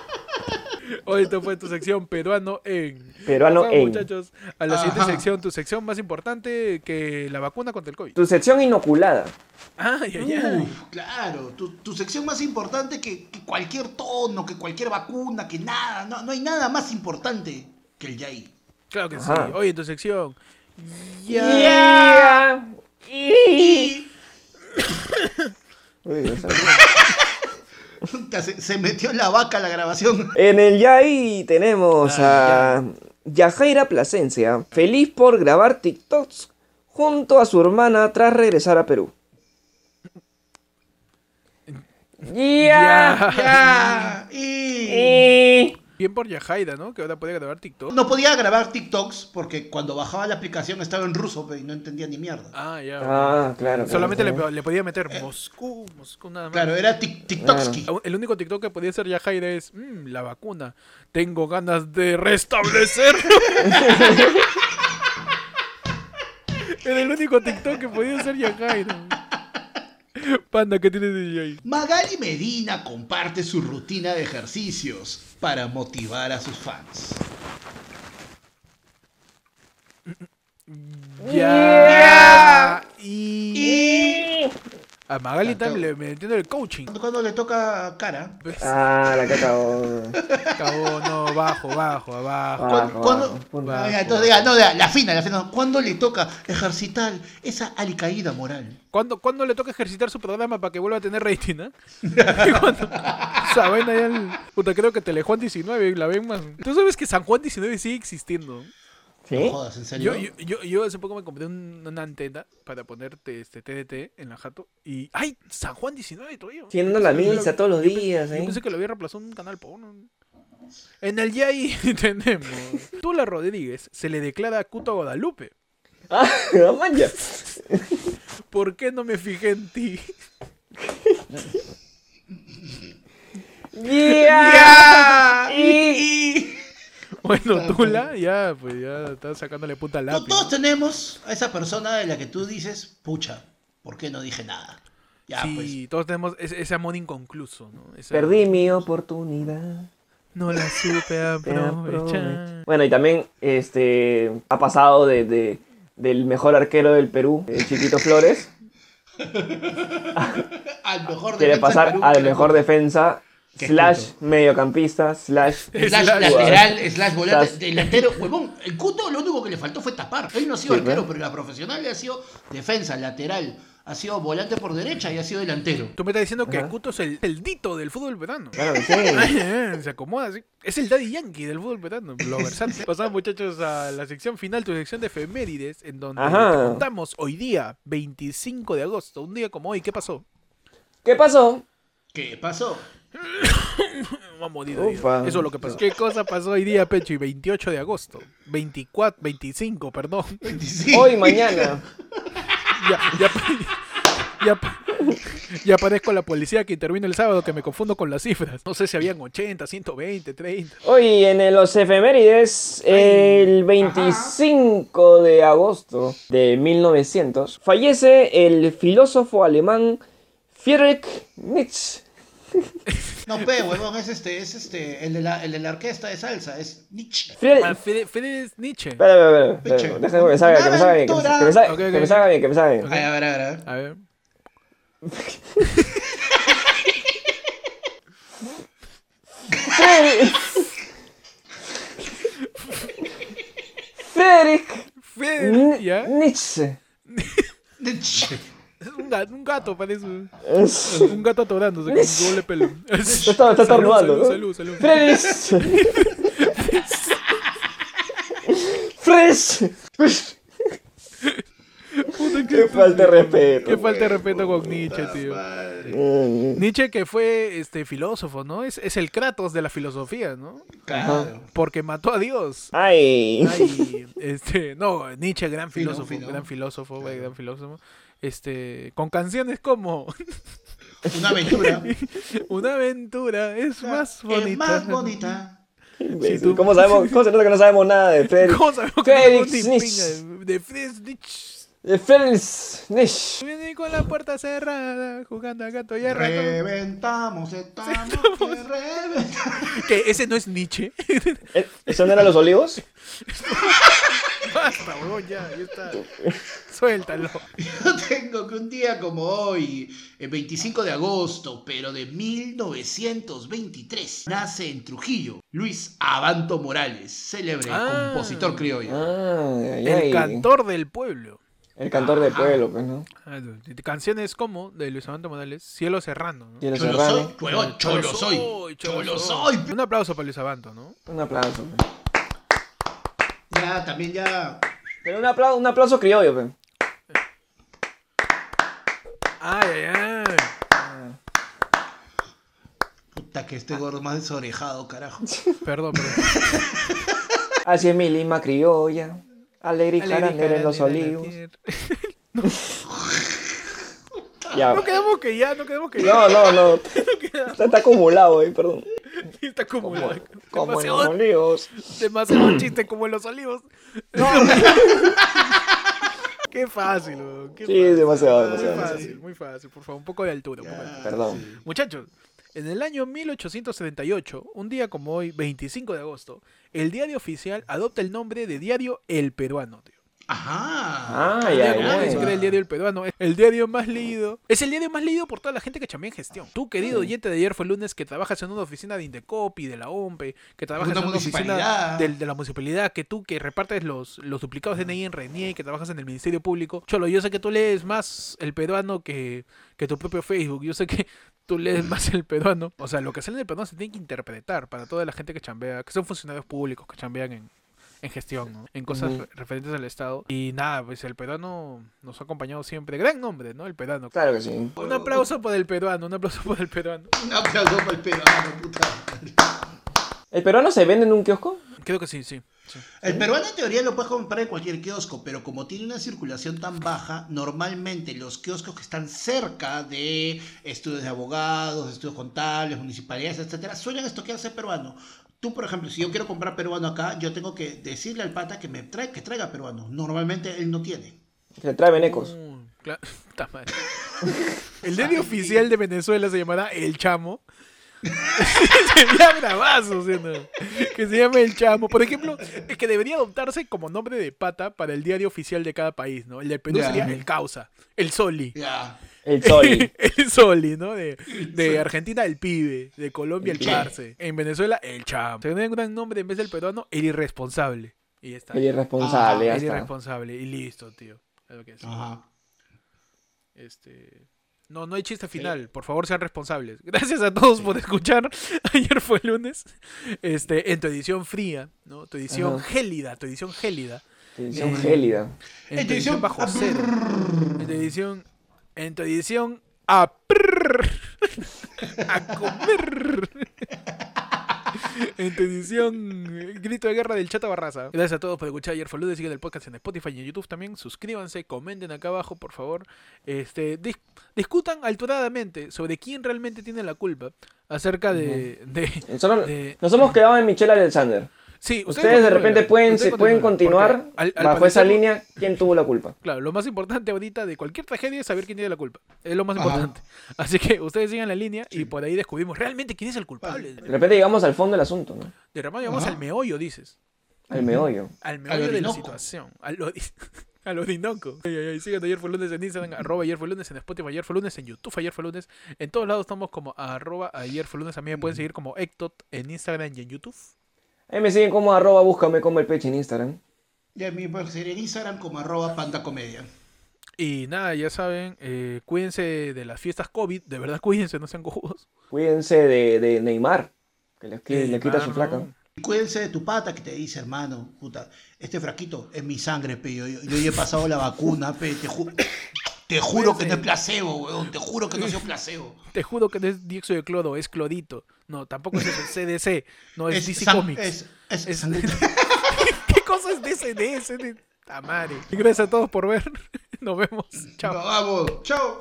Hoy esto fue tu sección peruano en. Peruano Pasamos, en. muchachos, a la siguiente Ajá. sección, tu sección más importante que la vacuna contra el COVID. Tu sección inoculada. Ay, Uh. ay, ay. Uf, claro, tu, tu sección más importante que, que cualquier tono, que cualquier vacuna, que nada, no, no hay nada más importante que el Yay. Claro que Ajá. sí. Hoy en tu sección. Uy, Dios mío. Puta, Se, se metió la vaca la grabación. En el Yai tenemos a Yajaira Plasencia, feliz por grabar TikToks junto a su hermana tras regresar a Perú. Ya. Ya, y... Y- Bien por Yajaira, ¿no? Que ahora puede grabar TikTok. No podía grabar TikToks porque cuando bajaba la aplicación estaba en ruso pe, y no entendía ni mierda. Ah, ya. Ah, claro. claro, Solamente le, claro. le podía meter Moscú, Moscú nada más. Claro, eh. era tik- TikTokski. El único TikTok que podía hacer Yajaira es "Mm, la vacuna. Tengo ganas de restablecer. Era el único TikTok que podía hacer Yajaira. Panda, ¿qué tienes de ahí? Magali Medina comparte su rutina de ejercicios para motivar a sus fans. Ya. Y... Y A Magali también le metiendo el coaching. cuando le toca cara. Ah, la que acabó. Acabó, Pues, no, bajo, bajo, abajo. ¿Cuándo, cuándo- punto. Ah, ya, entonces diga, no, diga, la fina, la fina. ¿Cuándo le toca ejercitar esa alicaída moral? ¿Cuándo, cuándo le toca ejercitar su programa para que vuelva a tener rating, ¿eh? ¿Cuándo? Esa vaina ya el- Puta, creo que Telejuan 19 la ven más. Tú sabes que San Juan 19 sigue existiendo. No ¿Sí? jodas, en serio. Yo, yo, yo, yo hace poco me compré un- una antena para ponerte este TDT en la jato y... ¡Ay! San Juan 19 todavía. Siendo la Yo pensé- misa todos los yo pe- días, Yo ¿eh? pensé que lo había reemplazado un canal por uno. En el Yay tenemos... Tula Rodríguez se le declara a Cuto Guadalupe. Ah, no manches. ¿Por qué no me fijé en ti? Y- Ah, Bueno, Tula ya, pues ya está sacándole punta al to- lápiz. Todos tenemos a esa persona de la que tú dices, pucha, ¿por qué no dije nada? Ya, sí, todos tenemos ese, ese amor inconcluso, ¿no? Esa- pues. Perdí mi oportunidad. No la supe Te aprovecho. aprovechar. Bueno, y también este ha pasado de, de- del mejor arquero del Perú, el Chiquito Flores, pues, al mejor quiere defensa del pasar Perú, al creo. mejor defensa, Qué slash escuto. mediocampista, slash... Slash Slash lateral, slash volante, Slash. delantero, huevón. El Cuto lo único que le faltó fue tapar. Él no ha sido Sí, arquero, ¿no? pero la profesional le ha sido defensa, lateral, ha sido volante por derecha y ha sido delantero. Tú me estás diciendo que Ajá. Cuto es el, el dito del fútbol verano. Claro que sí. Se acomoda así. Es el daddy yankee del fútbol verano. Lo versátil. Pasamos, muchachos, a la sección final, tu sección de efemérides, en donde Ajá. te contamos hoy día, 25 de agosto, un día como hoy. ¿Qué pasó? ¿Qué pasó? ¿Qué pasó? Vamos a morir. Ufa. Eso es lo que pasó. ¿Qué cosa pasó hoy día, Pecho? Y 28 de agosto. 24, 25, perdón. 25. Hoy, mañana. Ya, ya, pa- ya, pa- ya aparezco la policía que intervino el sábado, que me confundo con las cifras. No sé si habían 80, 120, 30. Hoy en el- los efemérides, el 25 de agosto de 1900, fallece el filósofo alemán Friedrich Nietzsche. No, pe, huevón, es este, es este, el de la, el de la orquesta de salsa, es Nietzsche. Friedrich... Ah, Fede- Fede es Nietzsche. Espera, espera, espera, Nietzsche. espera. Déjame que me salga, que me salga bien, que me salga- que me salga- Una aventura. que me salga bien, que me salga bien. Ay, a ver, a ver, a ver. A ver. Friedrich. Friedrich Fede, Ni- ¿ya? Nietzsche. Nietzsche. Es Un gato, un gato parece. Es- Un gato atorándose con un doble pelo. Está, está Salud, tornudando, ¿no? Salud, salud, salud. Friedrich. Friedrich. Puta, Qué falta de respeto. Qué falta de respeto con Nietzsche, tío. Mm, Nietzsche que fue este filósofo, ¿no? Es, es el Kratos de la filosofía, ¿no? Claro. Porque mató a Dios. Ay. Ay, este, no, Nietzsche, gran Filo, filósofo, filo. gran filósofo, güey, gran filósofo. Este, con canciones como Una aventura. Una aventura es más bonita. Es más bonita. tú- ¿Cómo sabemos? ¿Cómo se nota que no sabemos nada de Friedrich? ¿Cómo sabemos que Félix no ni Nietzsche. pinga de Fritz Nietzsche? De Friedrich Nietzsche. Viene con la puerta cerrada, jugando a gato y a ratón. Reventamos esta noche, reventamos. Que ese no es Nietzsche. Eh, ¿Eso no eran los olivos? Basta, huevón, ya, ya está. Suéltalo. Yo tengo que un día como hoy, el 25 de agosto, pero de 1923, nace en Trujillo Luis Abanto Morales, célebre Ah. compositor criollo. Ah, ay, ay. El cantor del pueblo. El cantor del pueblo, pues, ¿no? Ah, no, Canciones como de Luis Amando Morales, Cielo Serrano. ¿no? Y el Cholo soy, serrano. huevón, cholo soy, cholo soy. Un aplauso para Luis Abanto, ¿no? Un aplauso. pues. Ya, también ya. Pero un aplauso, un aplauso criollo, pues. Ay, ay, ay. Puta, que este gordo más desorejado, carajo. Perdón, perdón. Así es mi Lima criolla. Alegre y Alegría caranera en los grande de la olivos. tierra. Ya. pues. No quedamos que ya, no quedamos que ya. No, no, no. Está, está acumulado ahí, perdón. Está acumulada. Como en los Demasiado, olivos. demasiado chiste como en los olivos. qué fácil, weón. Qué Sí, fácil. demasiado, Muy demasiado. fácil, muy fácil. Por favor, un poco de altura. un poco de altura. Perdón. Muchachos, en el año 1878, un día como hoy, 25 de agosto, el diario oficial adopta el nombre de diario El Peruano. tío. Ajá. Ah, Ya, ya, como ya. ni siquiera el diario El Peruano, es el diario más leído. Es el diario más leído por toda la gente que chambea en gestión. Tú, querido oyente de ayer fue el lunes que trabajas en una oficina de Indecopi, de la OMPE, que trabajas Una en una oficina municipalidad. del- de, la municipalidad, que tú que repartes los, los duplicados de DNI en RENIE, que trabajas en el Ministerio Público. Cholo, yo sé que tú lees más el peruano que, que tu propio Facebook. Yo sé que tú Mm. lees más el peruano. O sea, lo que sale del peruano se tiene que interpretar para toda la gente que chambea, que son funcionarios públicos, que chambean en, en gestión, ¿no? en cosas Ujú. re- referentes al Estado. Y nada, pues el peruano nos ha acompañado siempre. Gran nombre, ¿no? El peruano. Claro que sí. Un aplauso por el peruano, un aplauso por el peruano. Un aplauso para el peruano, puta. madre. ¿El peruano se vende en un kiosco? Creo que sí, sí. sí. El peruano en teoría lo puedes comprar en cualquier kiosco, pero como tiene una circulación tan baja, normalmente los kioscos que están cerca de estudios de abogados, estudios contables, municipalidades, etcétera, suelen estoquearse peruano. Tú, por ejemplo, si yo quiero comprar peruano acá, yo tengo que decirle al pata que me trae, que traiga peruano. Normalmente él no tiene. Se trae venecos. Uh, cla- Puta madre. El diario oficial de Venezuela se llamará El Chamo. Sería bravazo, ¿sí o no? Que se llame El Chamo. Por ejemplo, es que debería adoptarse como nombre de pata para el diario oficial de cada país, ¿no? El del Perú Ya. sería El Causa, El Soli. Ya. El Zoli. el Soli, ¿no? De, de Argentina, el pibe. De Colombia, el El Chamo. parce. En Venezuela, el chamo. Se un gran nombre en vez del peruano, el irresponsable. Y ya está. El irresponsable, Ah, el ya está. Ah. irresponsable. Y listo, tío. Es lo que es. Ajá. Este. No, no hay chiste final. Por favor, sean responsables. Gracias a todos por escuchar. Ayer fue lunes. Este, en tu edición fría, ¿no? Tu edición Ajá. gélida, tu edición gélida. Edición Eh, gélida. En, En tu edición tu edición bajo a cero. En tu edición. En tu edición a prrr. A comer. En tu edición eh, Grito de Guerra del Chata Barraza. Gracias a todos por escuchar ayer fue lunes. Sigan el podcast en Spotify y en YouTube también. Suscríbanse, comenten acá abajo, por favor. Este, dis- discutan alturadamente sobre quién realmente tiene la culpa acerca de. de- Solo- de- nos hemos quedado en Michelle Alexander. sí, Ustedes de continúen, repente pueden, ustedes se pueden continúen, continuar porque al- al bajo esa parecer- línea. ¿Quién tuvo la culpa? Claro, lo más importante ahorita de cualquier tragedia es saber quién tiene la culpa. Es lo más Ajá. importante. Así que ustedes sigan la línea y por ahí descubrimos realmente quién es el culpable. De repente llegamos al fondo del asunto, ¿no? De repente vamos Ajá. al meollo, dices. Al meollo. Al meollo de la Orinoco. situación. Al, ori- al Orinoco. Ay, ay, ay, Sigan ayer fue lunes en Instagram, arroba ayer fue lunes en Spotify, ayer fue lunes en YouTube, ayer fue lunes. En todos lados estamos como arroba ayer fue lunes. A mí me pueden seguir como Ectot en Instagram y en YouTube. Ahí me siguen como arroba, búscame como el peche en Instagram. Y a mí me pueden seguir en Instagram como arroba pandacomedia. Y nada, ya saben, eh, cuídense de las fiestas COVID. De verdad, cuídense, no sean cojudos. Cuídense de, de Neymar, que les qui- le, quita su Hermano, flaca. Y Cuídense de tu pata que te dice, hermano, puta, este fraquito es mi sangre, pe. Yo, yo- yo ya he pasado la vacuna, pe. Te, ju- te juro que no es placebo, weón. Te juro que no es un placebo. Te juro que no es dióxido de cloro, es clorito. No, tampoco es eso, es CDC. No, es, DC san- Comics. Es, es, Es- sangre. ¿Qué cosa es DCD? Es de... Ah, madre. Y Gracias a todos por ver. Nos vemos. Chao. Nos vamos. Chao.